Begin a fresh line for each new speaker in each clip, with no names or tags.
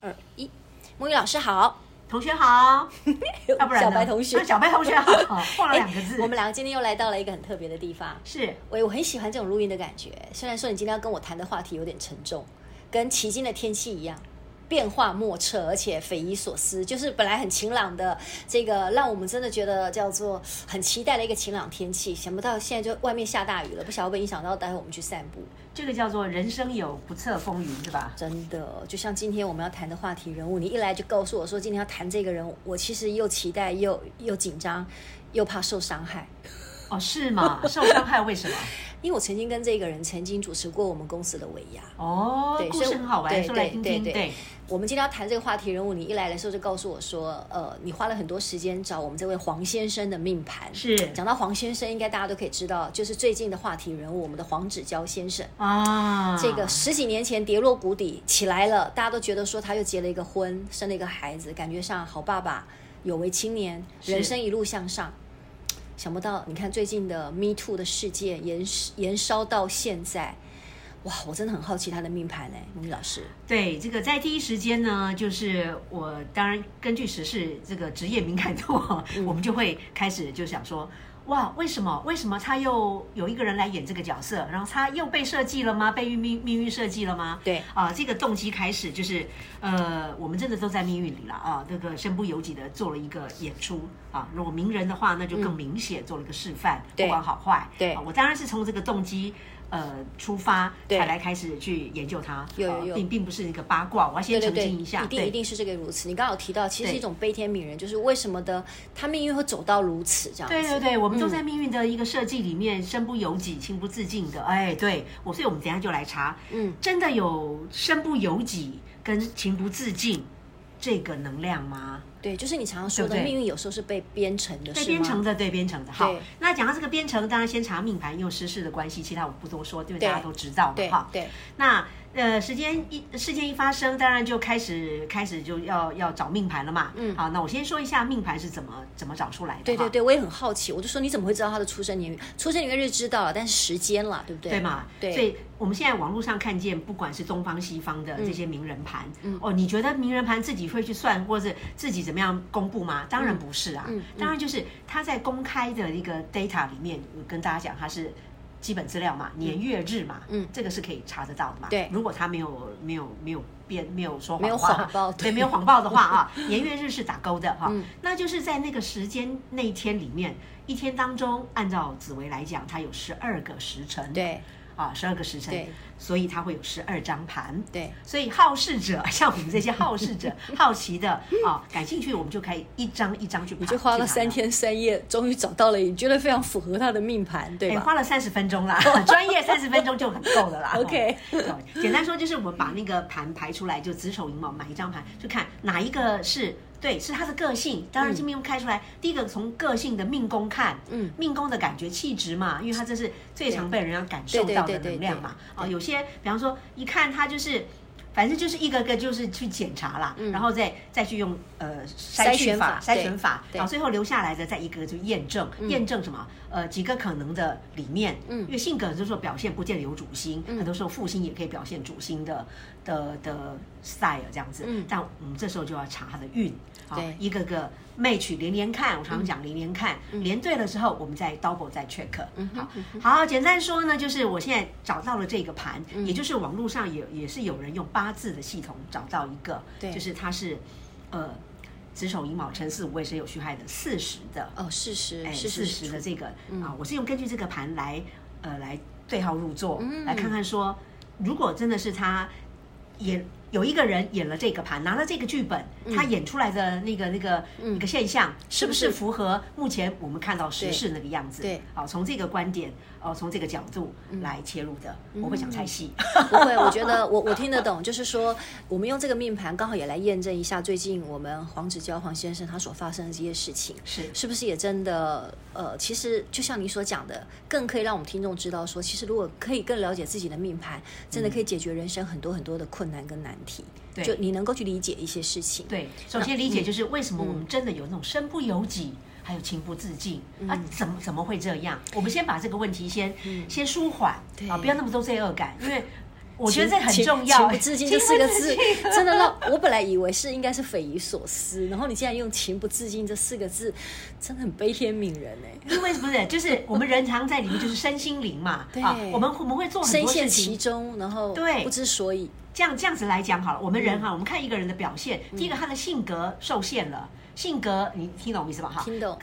二一，木鱼老师好，哎
同学好，要不然呢
小白同学哎
啊，小白同学好， 哦换了两个字。
我们两个今天又来到了一个很特别的地方。
是
我我很喜欢这种录音的感觉，虽然说你今天要跟我谈的话题有点沉重，跟奇今的天气一样。变化莫测，而且匪夷所思，就是本来很晴朗的这个，让我们真的觉得叫做很期待的一个晴朗天气，想不到现在就外面下大雨了，不晓得会不会影响到待会我们去散步。
这个叫做人生有不测风云，是吧？
真的，就像今天我们要谈的话题人物，你一来就告诉我说今天要谈这个人物，我其实又期待又又紧张，又怕受伤害。
哦，是 吗？受伤害为什么？
因为我曾经跟这个人曾经主持过我们公司的尾牙，
哦
对，
故
所
事
以
很好玩，
对
说来
对
听
对
听。
对
对，
我们今天要谈这个话题人物，你一来的时候就告诉我说，呃，你花了很多时间找我们这位黄先生的命盘。
是
讲到黄先生，应该大家都可以知道，就是最近的话题人物，我们的黄子佼先生。
啊，
这个十几年前跌落谷底，起来了，大家都觉得说他又结了一个婚，生了一个孩子，感觉上好爸爸，有为青年，
是
人生一路向上。想不到，你看最近的 Me Too 的事件延延烧到现在，哇，我真的很好奇他的命盘哎，木易老师，
对，这个在第一时间呢，就是我当然根据时事这个职业敏感度，我们就会开始就想说，哇，为什么为什么他又有一个人来演这个角色，然后他又被设计了吗？被命命运设计了吗？
对
啊，这个动机开始就是，呃，我们真的都在命运里了啊，这个身不由己的做了一个演出啊。如果名人的话，那就更明显做了一个示范，
嗯对
不管好坏。
对
啊我当然是从这个动机。呃，出发
对
才来开始去研究它，
有
啊
有有
并并不是一个八卦，我要先
对对
澄
对，
清一下，
一定一定是这个如此。你刚好提到，其实
对
一种悲天悯人，就是为什么的他命运会走到如此这样子。
对对对，我们都
嗯
在命运的一个设计里面，身不由己、情不自禁的。哎，对我，所以我们等一下就来查，
嗯，
真的有身不由己跟情不自禁这个能量吗？
对，就是你常常说的
对不对
命运有时候是被编程的，
对，
是
编
吗
程的，对编程的。好
对，
那讲到这个编程，当然先查命盘，因为时事的关系，其他我不多说，因为大家
对
都知道嘛，
对
哈。
对
那呃，时间一事件一发生，当然就开始开始就要要找命盘了嘛。嗯，好，那我先说一下命盘是怎么怎么找出来的。
对
哈
对对，我也很好奇，我就说你怎么会知道他的出生年月？出生年月日知道了，但是时间了，对不对？
对嘛？
对
所以我们现在网络上看见，不管是东方西方
嗯
的这些名人盘，哦，你觉得名人盘自己会去算，或者是自己怎么样公布吗？当然不是啊，
嗯嗯
当然就是他在公开的一个 data 里面，我跟大家讲，它是。基本资料嘛，年月日嘛，
嗯
这个是可以查得到的嘛。
对
如果他没有没有没有变没有说
没有
话
谎报嗯
对，没有谎报的话啊， 年月日是打勾的哈、那就是在那个时间那一天里面，一天当中，按照紫薇来讲，它有十二个时辰，
对
啊，十二个时辰
对，
所以它会有十二张盘。
对
所以好事者，像我们这些好 事者、好奇的啊，感兴趣，我们就可以一张一张去爬。
你就花了
去爬
三天三夜，终于找到了，你觉得非常符合他的命盘，对
哎，
吧？
花了三十 分钟啦，专业三十分钟就很够了啦。
OK
哦对简单说就是我们把那个盘排出来，就子丑寅卯买一张盘，就看哪一个是对，是他的个性。当然，
嗯
金命开出来，第一个从个性的命宫看，
嗯，
命宫的感觉气质嘛，因为他这是最常被人家感受
对对
到
对
的
对
能量嘛。
对
啊，有些比方说一看他就是。反正就是一个个就是去检查啦，然后再再去用呃筛
嗯筛
选
选
法
法
筛
对
选法，
对
然后最后留下来的再一个就验证，验证什么？呃，几个可能的里面，嗯，因为性格就是说表现不见得有主心，很多时候副心也可以表现主心的的的 style 这样子，嗯，但我们这时候就要查他的运，啊
对
一个个 match 连连看，我常常讲连连看，连对的时候我们再 double 再 check，好，好，简单说呢，就是我现在找到了这个盘，也就是网络上也也是有人用八字的系统找到一个，
对
就是它是，呃。子丑寅卯辰巳午未申酉戌亥的四十的
哦，事实
哎
事
事
实
实
是
的
嗯
这个啊，我是用根据这个盘来
嗯
呃来对号入座，来看看说，如果真的是他也有一个人演了这个盘，拿了这个剧本，
嗯
他演出来的那个那个一个现象，是不是符合目前我们看到时事那个样子？
对嗯对
好，从这个观点，哦，从这个角度来切入的，我会想 太细。
不会，我觉得我我听得懂，就是说我们用这个命盘刚好也来验证一下最近我们黄子佼黄先生他所发生的这些事情，
是
是不是也真的呃，其实就像你所讲的，更可以让我们听众知道说，其实如果可以更了解自己的命盘，真的可以解决人生很多很多的困难跟难题，
对
就你能够去理解一些事情，
对，首先理
嗯
解就是为什么我们真的有那种身不由己，还有情不自禁、
嗯
啊？怎么怎么会这样？我们先把这个问题先、先舒缓
对
啊，不要那么多罪恶感，因为我觉
情。
得这很
情
重要。
情不自禁这四个
情不
字
自禁，
真的让我本来以为是应该是匪夷所思，然后你竟然用“情不自禁”这四个字，真的很悲天悯人哎、
因为不是就是我们人常在里面就是身心灵嘛，
对
啊，我们我们会做很
深
多
陷
事
其
情。
中，然后
对
不知所以。
这样这样子来讲好了，我们人哈、我们看一个人的表现，
嗯
第一个他的性格受限了，性格你听懂我意思吧？哈，
听懂？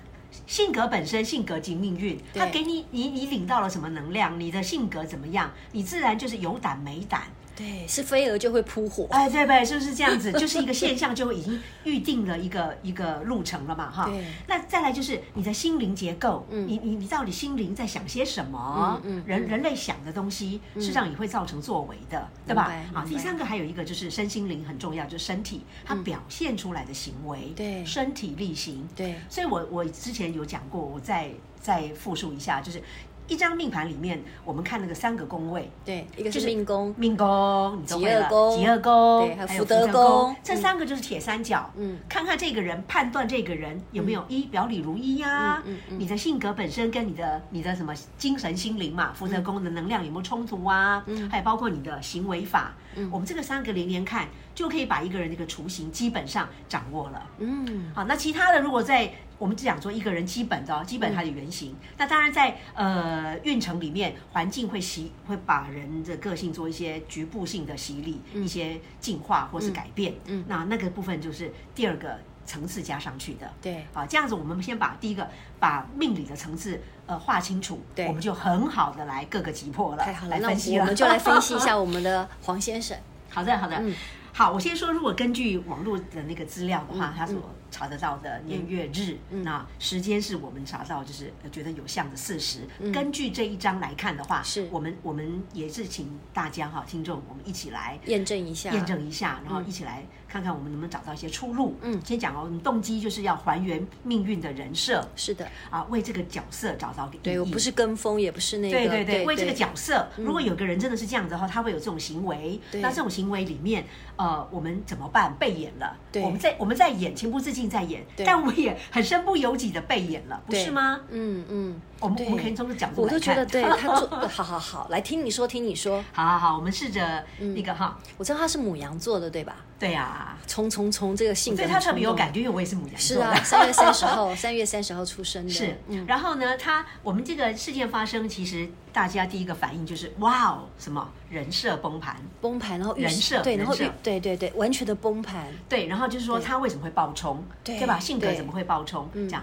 性格本身，性格及命运，
对
它给你你你领到了什么能量，你的性格怎么样，你自然就是有胆没胆。
对，是飞蛾就会扑火。
哎，对不对？是不是这样 子？就是一个现象，就会已经预定了一个一个路程了嘛，哈
对。
那再来就是你的心灵结构，
嗯
你你你到底心灵在想些什么？
嗯嗯
人
嗯
人类想的东西，事实上也会造成作为的，对吧
明？白明
啊，
白
第三个还有一个就是身心灵很重要，就是身体它表现出来的行为，
嗯对
身体力行，
对，
所以我我之前有讲过，我再再复述一下，就是一张命盘里面，我们看那个三个宫位，
对，一个
就是
是命宫，
命宫、你都会了
极恶宫
极恶宫，
对还有
还
福
有
德
福
宫
这
嗯
三个就是铁三角。
嗯，
看看这个人，判断这个人有没有一表里如一呀、
嗯嗯嗯
你的性格本身跟你的你的什么精神心灵
嗯
嘛，福德宫的能量有没有冲突啊？还有包括你的行为法，
嗯
我们这个三个连连看，就可以把一个人的一个雏形基本上掌握了。
嗯，
好，那其他的如果在我们只讲说一个人基本的、哦、基本它的原型，
嗯
那当然在呃运程里面，环境会洗会把人的个性做一些局部性的洗礼、一些进化或是改变。
嗯
那那个部分就是第二个层次加上去的。
对，
啊，这样子我们先把第一个把命理的层次呃划清楚，
对
我们就很好的来各个击破了，
太好了，
来
那
分析了。
我们就来分析一下我们的黄先生。
好的，好的。
嗯
好，我先说，如果根据网络的那个资料的
嗯
话，他所查得到的年月日，那时间是我们查到就是呃觉得有像的事实。根据这一章来看的话，
嗯是
我们我们也是请大家哈听众，我们一起来
验证一下，
验证一下，然后一起来看看我们能不能找到一些出路。
嗯
先讲哦，我们动机就是要还原命运的人设
是的，
啊，为这个角色找到意义。
对我不是跟风，也不是那个，
嗯对对对，为这个
讲，
角色，如果有个人真的是这样子的话，他会有这种行为。
对
那这种行为里面，呃，我们怎么办？被演了，
对
我们在我们在演，情不自禁在演，
对
但我们也很身不由己的被演了，不
对
是吗？
嗯嗯，
我们
对
我们可以从这个角度
我
来看。
都觉得对他 做，好好好，来听你说，听你说，
好好好，我们试着
嗯
那个哈，
我知道他是母羊座的，对吧？
对呀，
冲冲冲，这个性格
对
很冲动，
他特别有感觉，因为我也是母羊座
是
的
啊，三月三十 号，三月三十号出生的，
是，
嗯，
然后呢，他我们这个事件发生，其实大家第一个反应就是哇哦，什么人设崩盘，
崩盘，然后预
人设
对，然后
人
预
设
对对对，完全的崩盘，
对，然后就是说
对
他为什么会爆冲，
对
吧？性格
对
怎么会爆冲？
嗯
这样，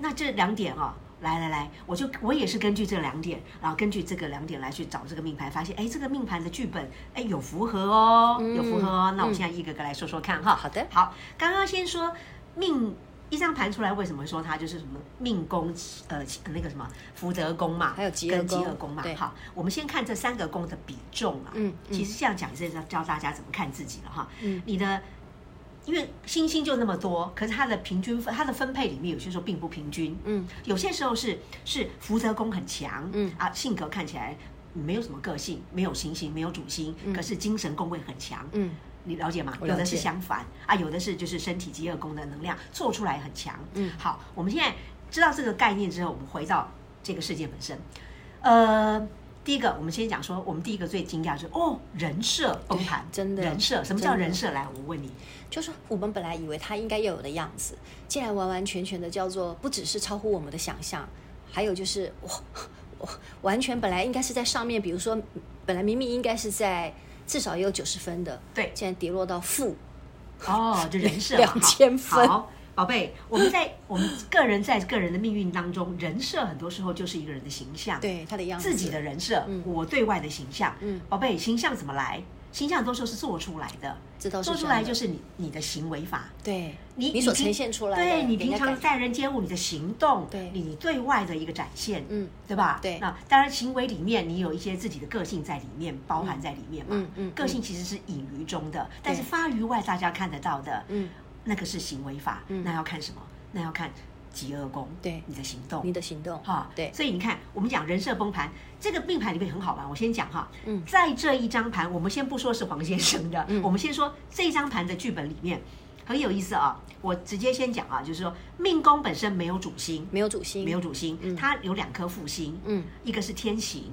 那这两点哦，来来来，我就我也是根据这两点，然后根据这个两点来去找这个命盘，发现哎，这个命盘的剧本哎有符合哦，有符合哦。那我们现在一个个来说说看哈。
嗯好的
好，刚刚先说命。一张盘出来，为什么说它就是什么命宫，呃，那个什么福德宫嘛，
还有疾厄
跟
宫
厄宫嘛
对。
好，我们先看这三个宫的比重啊。
嗯嗯
其实这样讲是要教大家怎么看自己了哈。
嗯
你的因为星星就那么多，可是它的平均分它的分配里面有些时候并不平均，
嗯，
有些时候是是福德宫很强，
嗯
啊，性格看起来没有什么个性，没有行星，没有主星，可是精神宫位很强，
嗯，
你了解吗？
我了
有
解
的是相反啊，有的是就是身体饥饿功能能量做出来很强。
嗯，
好，我们现在知道这个概念之后，我们回到这个事件本身。呃，第一个，我们先讲说，我们第一个最惊讶就是哦，人设崩盘，
对真的
人设。什么叫
真的
人设？来，我问你，
就是我们本来以为他应该要有的样子，竟然完完全全的叫做不只是超乎我们的想象，还有就是我我完全本来应该是在上面，比如说本来明明应该是在至少也有九十分的，
对
竟然跌落到负，
哦，就人设
两千
好
分
好宝贝，我们在我们个人在个人的命运当中，人设很多时候就是一个人的形象。。
对他的样子，
自己的人设，我对外的形象。
嗯
宝贝，形象怎么来？形象多数是做出来的，
这倒是
做出
真的
来就是你你的行为法，
对
你
你所
平
呈现出来的，
对你
给人
平
家
常
感觉
待人接物，你的行动，
对
你对外的一个展现，
嗯
对吧？
对
那当然行为里面你有一些自己的个性在里面，包含在里面嘛。
嗯嗯嗯
个性其实是隐于中的，但是发于外大家看得到的，
嗯，
那个是行为法。
嗯
那要看什么？那要看极恶宫，
对
你的行动，
你的行动
哈，
对
所以你看，我们讲人设崩盘，这个命盘里面很好玩。我先讲哈，
嗯
在这一张盘，我们先不说是黄先生的，
嗯
我们先说这张盘的剧本里面很有意思啊。我直接先讲啊，就是说命宫本身没有主星，
没有主心，
没有主星，
嗯
它有两颗副星，
嗯
一个是天刑，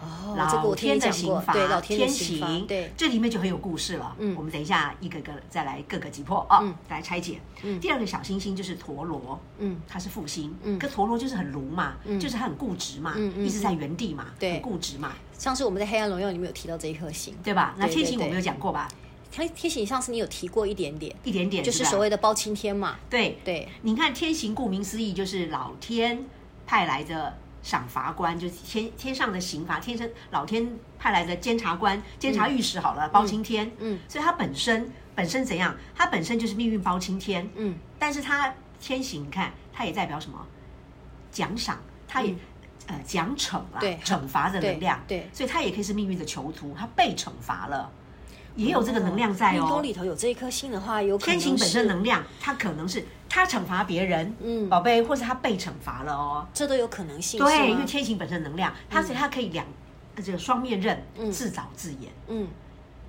哦，这个
老
我听
天
你
的
讲
刑
过
罚，，
对老天的刑
刑
罚，，对，
这里面就很有故事了。
嗯
我们等一下一个个再来各个击破啊，
嗯
来拆解。
嗯
第二个小星星就是陀螺，
嗯
它是复兴，
嗯
可陀螺就是很鲁嘛，
嗯
就是它很固执嘛，
嗯嗯
一直在原地嘛，
对
很固执嘛，
上次我们在黑暗荣耀里面有提到这一颗星，
对吧？那
对
天
对
行我
对
们有讲过吧，
它天行上次你有提过一点点，
一点点
就是
吧
所谓的包青天嘛，
对，
对，
你看天行，顾名思义就是老天派来的赏罚官，就是天天上的刑罚，天生老天派来的监察官、监察御史好了，包青天，
嗯
所以它本身本身怎样？它本身就是命运包青天，
嗯
但是它天行，你看它也代表什么？奖赏，它也、
嗯
呃奖惩啦，
对
惩罚的能量，
对对哦
所以它也可以是命运的囚徒，它被惩罚了，也有这个能量在
命宫
哦。
里头有这一颗星的话，有可
天
能
行本
是
身能量，它可能是它惩罚别人，
嗯
宝贝，或是它被惩罚了哦。
这都有可能性，
对，
是
因为
吗
天行本身能量，它所以它可以两呃这个双面刃，
嗯
自导自演
嗯，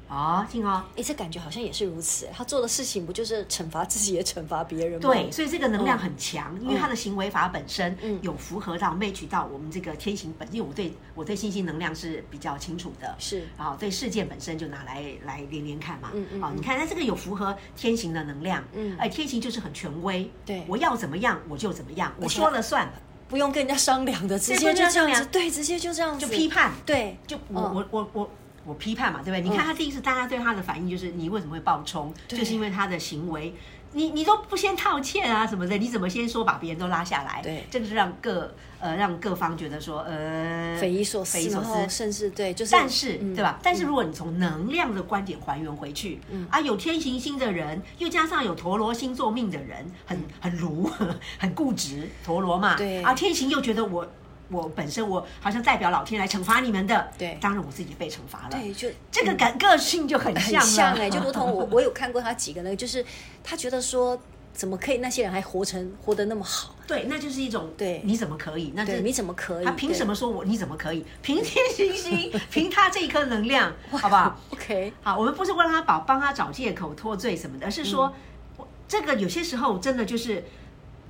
哦，听哦。
哎，这感觉好像也是如此，他做的事情不就是惩罚自己，也惩罚别人吗？
对，所以这个能量很强，因为他的行为法本身
嗯
有符合到、match 到我们这个天行本，因为我对我对星星能量是比较清楚的。
是，
啊，对事件本身就拿来来连连看嘛，
嗯嗯
啊，你看它这个有符合天行的能量，
嗯
哎，天行就是很权威，
对
我要怎么样我就怎么样，我
且
说了算，
不用跟人家商量的，直
对
接
不
就这
用商
样子，
量
对，直接就这样子，
就批判，
对，
就我、
嗯
我我我我批判嘛，对不对？你看他第一次，大家对他的反应就是你为什么会暴冲，
对
就是因为他的行为，你你都不先道歉啊什么的，你怎么先说把别人都拉下来？
对
这个是让各呃让各方觉得说呃
匪夷所思，哦
匪夷所
然后
思。
甚至对，就是，
但是，
嗯嗯
对吧？但是如果你从能量的观点还原回去，啊，有天行星的人，又加上有陀螺星座命的人，很很儒， 很固执，陀螺嘛，
嗯对
啊，天行又觉得我我本身我好像代表老天来惩罚你们的，
对
当然我自己被惩罚了，
对，就
这个感个性就很
很
像了，啊
像哎、就如同我，我有看过他几个那个，就是他觉得说，怎么可以那些人还活成活得那么 好？
对，那就是一种
对
你怎么可以？那
对，
是
你怎么可以？
他凭
对
什么说我你怎么可以？凭天行星，凭他这一颗能量，好不好？
？OK，
好，我们不是为了他保帮他找借口脱罪什么的，而是
嗯
说，我这个有些时候真的就是，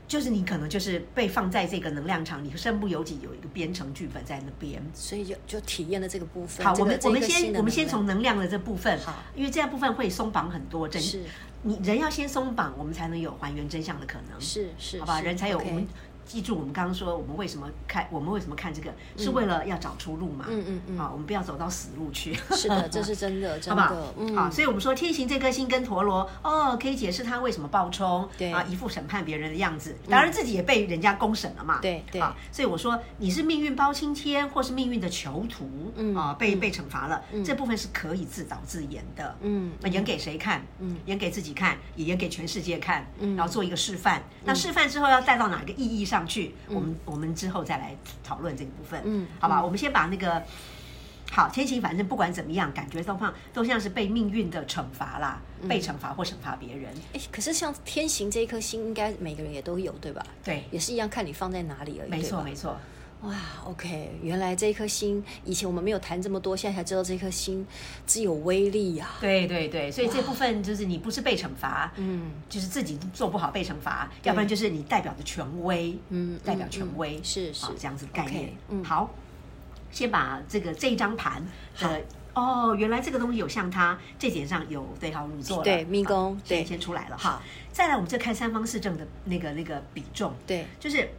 就是你可能就是被放在这个能量场，你身不由己，有一个编程剧本在那边。
所以就就体验了这个部分。
好，
这个
我们
这
我
个
们
新
先
的
我们
能
先
量
从能量的这部分
好，
因为这部分会松绑很多真，
是
你人要先松绑，我们才能有还原真相的可能。
是是，
好吧，
是
人才有。
OK
我们记住，我们刚刚说，我们为什么看，我们为什么看这个，是为了要找出路嘛。
嗯嗯嗯
好，我们不要走到死路去。
是的，这是真的，真
好不好
的？，嗯，
好，所以我们说天行这颗星跟陀螺，哦，可以解释他为什么暴冲，
对嗯
啊，一副审判别人的样子，当然自己也被人家公审了嘛，
对对
啊，所以我说你是命运包青天，或是命运的囚徒，
嗯
啊，被
嗯
被惩罚了，这部分是可以自导自演的，
嗯
那呃演给谁看？嗯，演给自己看，也演给全世界看，嗯，然后做一个示范。
嗯
那示范之后要带到哪个意义上去？我们我们之后再来讨论这个部分，
嗯
好吧？我们先把那个。好，天行反正不管怎么样，感觉都像都像是被命运的惩罚啦，
嗯
被惩罚或惩罚别人。
哎，可是像天行这一颗星，应该每个人也都有，对吧？
对，
也是一样，看你放在哪里而已。
没
对
错
吧
没错，
哇，OK，原来这一颗星，以前我们没有谈这么多，现在才知道这颗星之有威力呀、啊。
对对对，所以这部分就是你不是被惩罚，
嗯
就是自己做不好被惩罚，要不然就是你代表的权威，
嗯
代表权威、
嗯嗯是是
啊这样子的概念
OK，。嗯
好，先把这个这一张盘的哦，原来这个东西有像它这点上有对号入座了，
对迷宫
好
对
先先出来了。好，再来我们再看三方四正的那个那个比重，
对
就是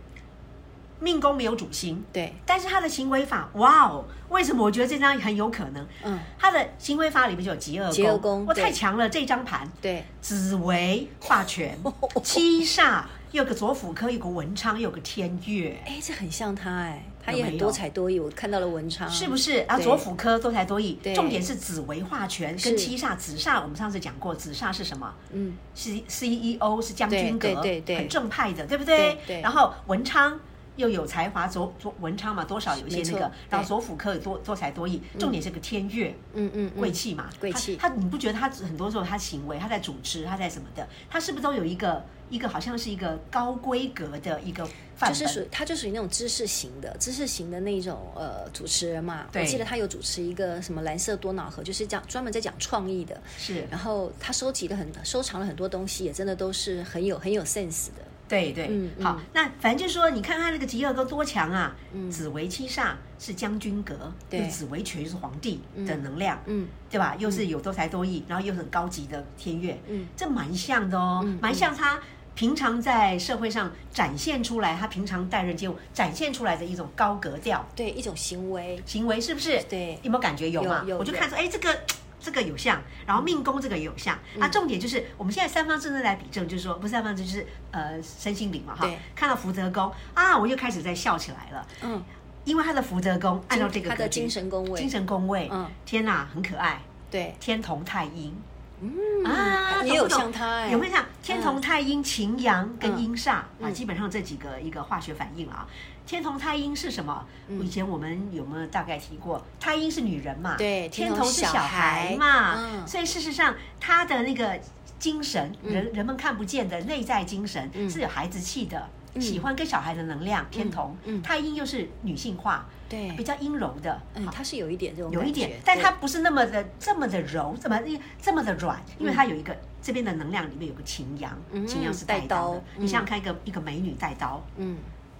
命宫没有主星，
对，
但是他的行为法，哇哦，为什么我觉得这张很有可能？
嗯，
他的行为法里面就有极恶宫，
极恶宫
哇，
对
太强了！这张盘
对，
紫薇化 权，七煞，又有个左辅科，又有个文昌，又有个天月，
哎，这很像他哎、他也
有没
很
有
多才多艺，我看到了文昌，
是不是啊？
对
左辅科多才多艺
对，
重点是紫薇化权跟
是
七煞。紫煞我们上次讲过，紫煞是什么？
嗯，
是 CEO 是将军
对
阁，
对对对
很正派的，对不对？
对对
然后文昌又有才华，左左文昌嘛，多少有一些那
没
个
错，
然后左辅科也多多才多艺，重点是个天月。
嗯嗯嗯，
贵气嘛，
贵气
他他你不觉得他很多时候他行为，他在主持，他在什么的，他是不是都有一个一个好像是一个高规格的一个范
就是
本？
属于他就属于那种知识型的，知识型的那种呃主持人嘛。我
对
记得他有主持一个什么蓝色多脑盒，就是讲专门在讲创意的。
是
然后他收集了很收藏了很多东西，也真的都是很有很有 sense 的。
对对，
嗯嗯
好，那反正就是说，你看他那个极恶哥多强啊！紫薇七煞是将军阁，
嗯对
又紫薇权是皇帝的能量，
嗯，
对吧？又是有多才多艺，然后又很高级的天月，
嗯，
这蛮像的哦，蛮像他平常在社会上展现出来，他平常待人接物展现出来的一种高格调
对，一种行为，
行为，是不是？
对
有没有感觉有嘛？
有有
我就
有
看说，哎，这个。这个有像，然后命宫这个有像，
嗯
那、重点就是我们现在三方正正来比正，就是说不是三方正，就是呃身心灵嘛哈
对。
看到福德宫啊，我又开始在笑起来了，
嗯，
因为他的福德宫按照这个
他的
格局
精神宫位，
精神宫位，
嗯
天哪，很可爱，
对，
天同太阴，
嗯
啊
也有
懂不懂
像他、哎，
有没有像天同太阴、擎羊跟阴煞、啊？
嗯
基本上这几个一个化学反应了啊。天同太阴是什么？
嗯
以前我们有没有大概提过？太阴是女人嘛，
对天
天同
同
是
小
小
孩
孩嘛，
嗯
所以事实上他的那个精神，人人们看不见的内在精神、
嗯
是有孩子气的。喜欢跟小孩的能量，天同，
嗯
太阴又是女性化，
对
比，较阴柔的，
嗯，
好
他是有一点这种
有一
感觉
点，但它
对
不是那么的这么的柔，这么这么的软，因为它有一个、这边的能量里面有个秦阳，
嗯
秦阳是带刀的。
带刀
你想想看，一个、一个美女带刀，
嗯，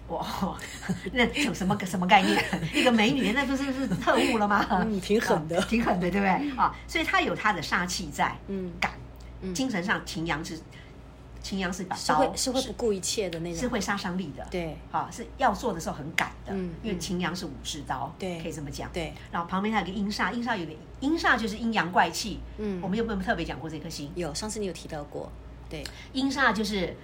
哇， 那有什么什么概念？一个美女，那不是是特务了吗？
嗯挺狠的
啊挺狠的，对不对？啊，所以她有她的杀气在，
嗯
敢，精神上秦阳是秦阳是把
是
刀
会是会不顾一切的那
是
种，
会杀伤力的，
对
啊，是要做的时候很敢的，
嗯
因为
嗯
秦阳是武士刀，
对
可以这么讲，
对，
然后旁边还有个阴煞，阴煞有点阴煞就是阴阳怪气，
嗯
我们有没有特别讲过这颗星？
有上次你有提到过，对，
阴煞就是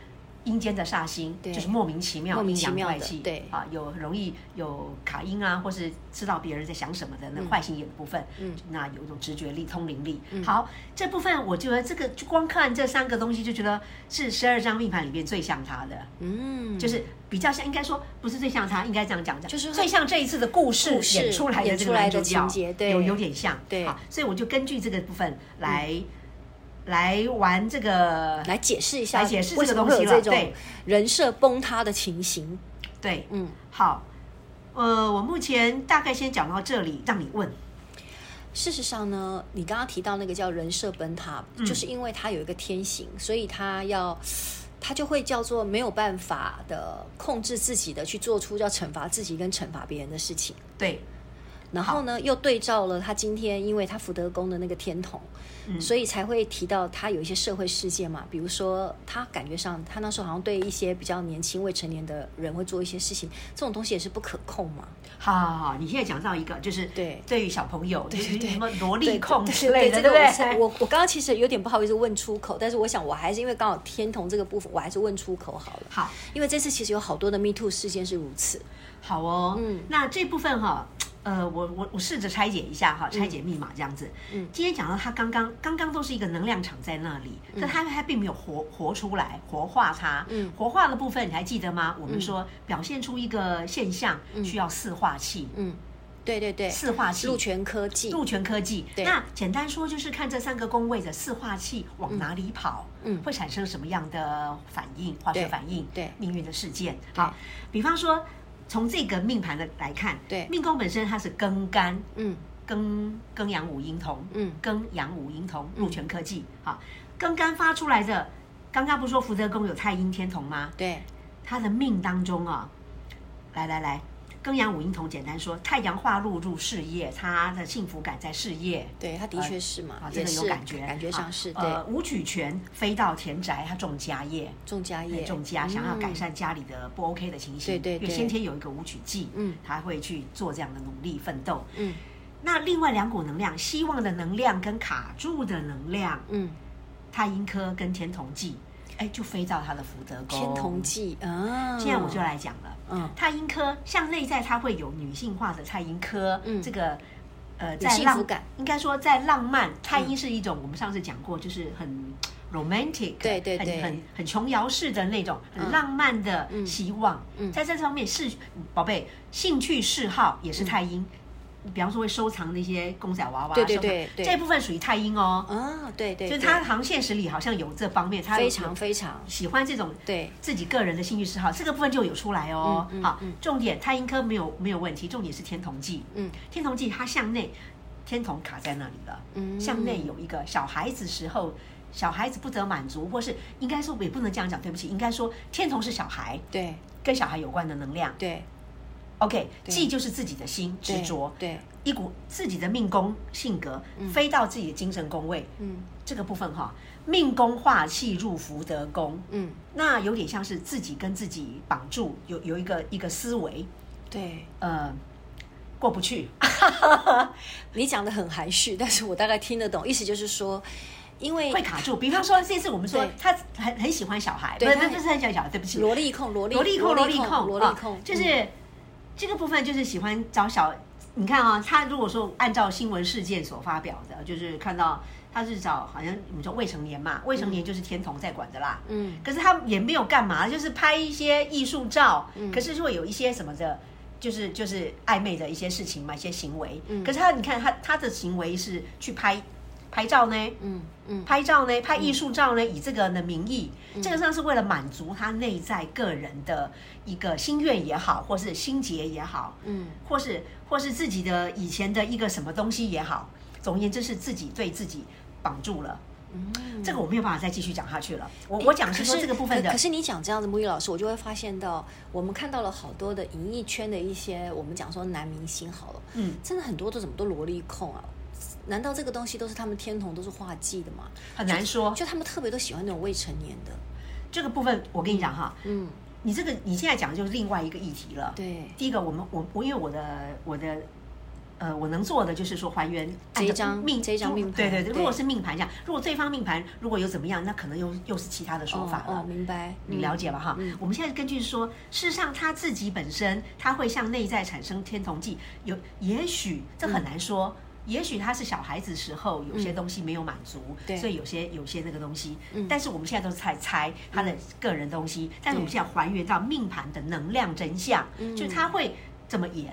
阴间的煞星，
对
就是莫名其妙、
莫名
阴
其
阳
妙的
怪气，
对
啊，有很容易有卡音啊，或是知道别人在想什么的那坏心眼的部分，
嗯
那有一种直觉力、通灵力。好，这部分我觉得这个就光看这三个东西，就觉得是十二张命盘里面最像他的，
嗯，
就是比较像，应该说不是最像他，应该这样讲，
就是
最像这一次的故事
故事
演出来的
演
这
出
个
来
男
的
主角
情节对
有有点像，
对嗯
好，所以我就根据这个部分来、来玩这个，
来解释一下，
来解释这个
为什么
东
会
西
有
了
这种
对
人设崩塌的情形。
对，
嗯，
好，呃，我目前大概先讲到这里，让你问，
事实上呢，你刚刚提到那个叫人设崩塌，
嗯
就是因为它有一个天行，所以它要。它就会叫做没有办法的控制自己的去做出要惩罚自己跟惩罚别人的事情，
对，
然后呢又对照了他今天因为他福德宫的那个天童，
嗯
所以才会提到他有一些社会事件嘛，比如说他感觉上他那时候好像对一些比较年轻未成年的人会做一些事情，这种东西也是不可控嘛，
好好好，你现在讲到一个就是
对
对于小朋友，对
对
什么萝
对
莉控
对
之类的，
对这
对不
个我
对
是？我我刚刚其实有点不好意思问出口，但是我想我还是因为刚好天童这个部分，我还是问出口好了。
好，
因为这次其实有好多的 Me Too 事件是如此，
好哦，
嗯
那这部分哈、呃，我我我试着拆解一下
嗯
哈，拆解密码这样子。嗯，今天讲到他刚刚刚刚都是一个能量场在那里，
嗯
但他他并没有活活出来，活化它。嗯，活化的部分你还记得
嗯
吗？我们说表现出一个现象需要四化气，
嗯，对嗯对对，
四化气
鹿泉科技，
陆权科技。
对
那简单说就是看这三个宫位的四化气往哪里跑，
嗯
会产生什么样的反应，化学
对
反应，
对
命运的事件。好，比方说从这个命盘的来看，
对
命宫本身它是庚干。
嗯
庚庚阳五阴同，
嗯
庚阳五阴同，陆权科技，好，庚干发出来的，刚刚不是说福德宫有太阴天同吗？
对，
他的命当中啊、来来来，庚阳五阴同，简单说，太阳化禄入事业，他的幸福感在事业。
对，他的确是嘛，
啊，这
也
个
是
有感觉，
感觉上是、
啊呃，
对，
武举全飞到田宅，他种家业，
众家业，
种家，想要改
嗯
善家里的不 OK 的情形，
对对
因为
对
先天有一个武举忌，
嗯，
他会去做这样的努力奋斗。
嗯
那另外两股能量，希望的能量跟卡住的能量，
嗯，
太阴科跟天同忌，哎，就飞到他的福德宫。
天同记啊，
哦现在我就来讲了。
嗯
太阴科像内在，它会有女性化的太阴科，
嗯
这个呃，
有
在
幸福
浪
感
应该说在浪漫，太阴是一种、我们上次讲过，就是很 romantic，
嗯对对对
很很很琼瑶式的那种很
嗯
浪漫的希望。
嗯
在这方面是宝贝兴趣嗜好也是太阴。比方说会收藏那些公仔娃娃，
嗯对对
收藏
对对
这部分属于太阴哦，
啊，对对，
就是
对
他好像现实里好像有这方面，他
非
有
常非常
喜欢这种
对，
自己个人的兴趣嗜好，这个部分就有出来哦。
嗯嗯
好
嗯，
重点太阴科没有没有问题，重点是天同忌。
嗯
天同忌它向内，天同卡在那里了，
嗯，
向内有一个小孩子时候。小孩子不得满足，或是应该说也不能这样讲，对不起，应该说天同是小孩，
对
跟小孩有关的能量。
对
OK，
对
忌就是自己的心执着，
对，
一股自己的命宫性格、飞到自己的精神宫位
嗯
这个部分哈、命宫化气入福德宫，
嗯
那有点像是自己跟自己绑住，有有一个一个思维，
对。
呃，过不去。
你讲的很含蓄，但是我大概听得懂，意思就是说，因为
啊会卡住。比方说这次我们说
对
他很很喜欢小孩，
对
不是
他
不
很
是很喜欢小孩，对不起，
萝莉控，萝莉
萝莉控，萝莉控，
萝莉
啊
控，嗯
就是这个部分就是喜欢找小。你看啊、他如果说按照新闻事件所发表的，就是看到他是找好像我们说未成年嘛，未成年就是天童在管的啦。
嗯
可是他也没有干嘛，就是拍一些艺术照，
嗯
可是会有一些什么的，就是就是暧昧的一些事情嘛，一些行为。
嗯
可是他你看他他的行为是去拍拍照呢，
嗯嗯
拍照呢，拍艺术照呢，以这个的名义，这个上是为了满足他内在个人的一个心愿也好，或是心结也好，
嗯
或是或是自己的以前的一个什么东西也好，总而言之是自己对自己绑住了。
嗯，
这个我没有办法再继续讲下去了。我我讲是说这个部分的
可可是你讲这样子，木鱼老师，我就会发现到，我们看到了好多的演艺圈的一些，我们讲说男明星好了，
嗯，
真的很多都怎么都萝莉控啊？难道这个东西都是他们天童都是画技的吗？
很难说。
就他们特别都喜欢那种未成年的，
这个部分我跟你讲哈，
嗯，
你这个你现在讲的就是另外一个议题了。
对，
第一个，我们我我因为我的我的呃，我能做的就是说还原
这一张
按照命
这一张
如
命盘
对对对，
对
如果是命盘这样，如果对方命盘如果有怎么样，那可能又又是其他的说法
哦
了。
哦，明白，
你了解吧？哈、
嗯
我们现在根据说，事实上他自己本身，他会向内在产生天同忌，有也许这很难说。
嗯
也许他是小孩子时候有些东西没有满足，
对
所以有些有些那个东西。
嗯
但是我们现在都是在猜他的个人东西，但是我们
对
现在还原到命盘的能量真相，就是他会这么演。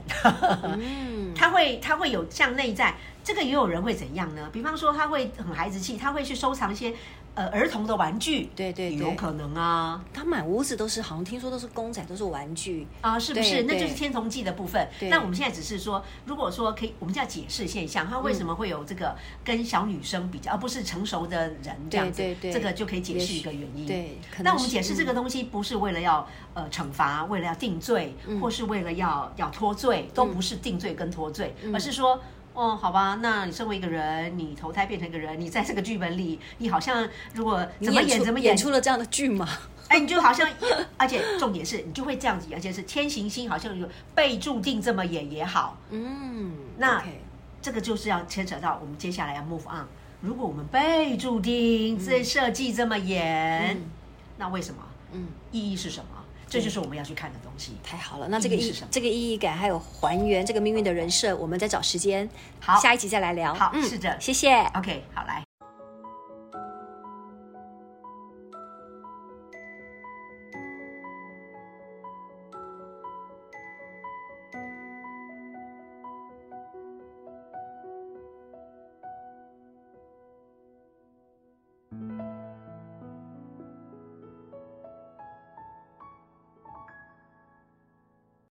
嗯，
他会他会有像内在，这个也有人会怎样呢？比方说他会很孩子气，他会去收藏一些呃儿童的玩具，
对对对
有可能啊
他满屋子都是，好像听说都是公仔，都是玩具，
啊，是不
对
是？那
对
就是天同忌的部分。
对
那我们现在只是说，如果说可以，我们就要解释现象，他为什么会有这个跟小女生比较，而不是成熟的人这样子，
对对对
这个就可以解释
也许
一个原因。
对，可能
嗯那我们解释这个
嗯
东西，不是为了要呃惩罚，为了要定罪，
嗯
或是为了要要脱罪，都不是定罪跟脱罪，
嗯
而是说。哦，好吧，那你身为一个人，你投胎变成一个人，你在这个剧本里，你好像如果
你
怎么演
出
怎么
演
演，
出了这样的剧吗？
哎，你就好像，而且重点是你就会这样子，而且是天行星好像有被注定这么演也好，
嗯，
那
OK
这个就是要牵扯到我们接下来要 move on。如果我们被注定这设计这么演，
嗯
那为什么？
嗯，
意义是什么？这就是我们要去看的东西。
太好了，那这个
意义
意
嗯是什么
这个意义感还有还原这个命运的人设，我们再找时间，
好
下一集再来聊。嗯
好是的
谢谢。
OK，好来。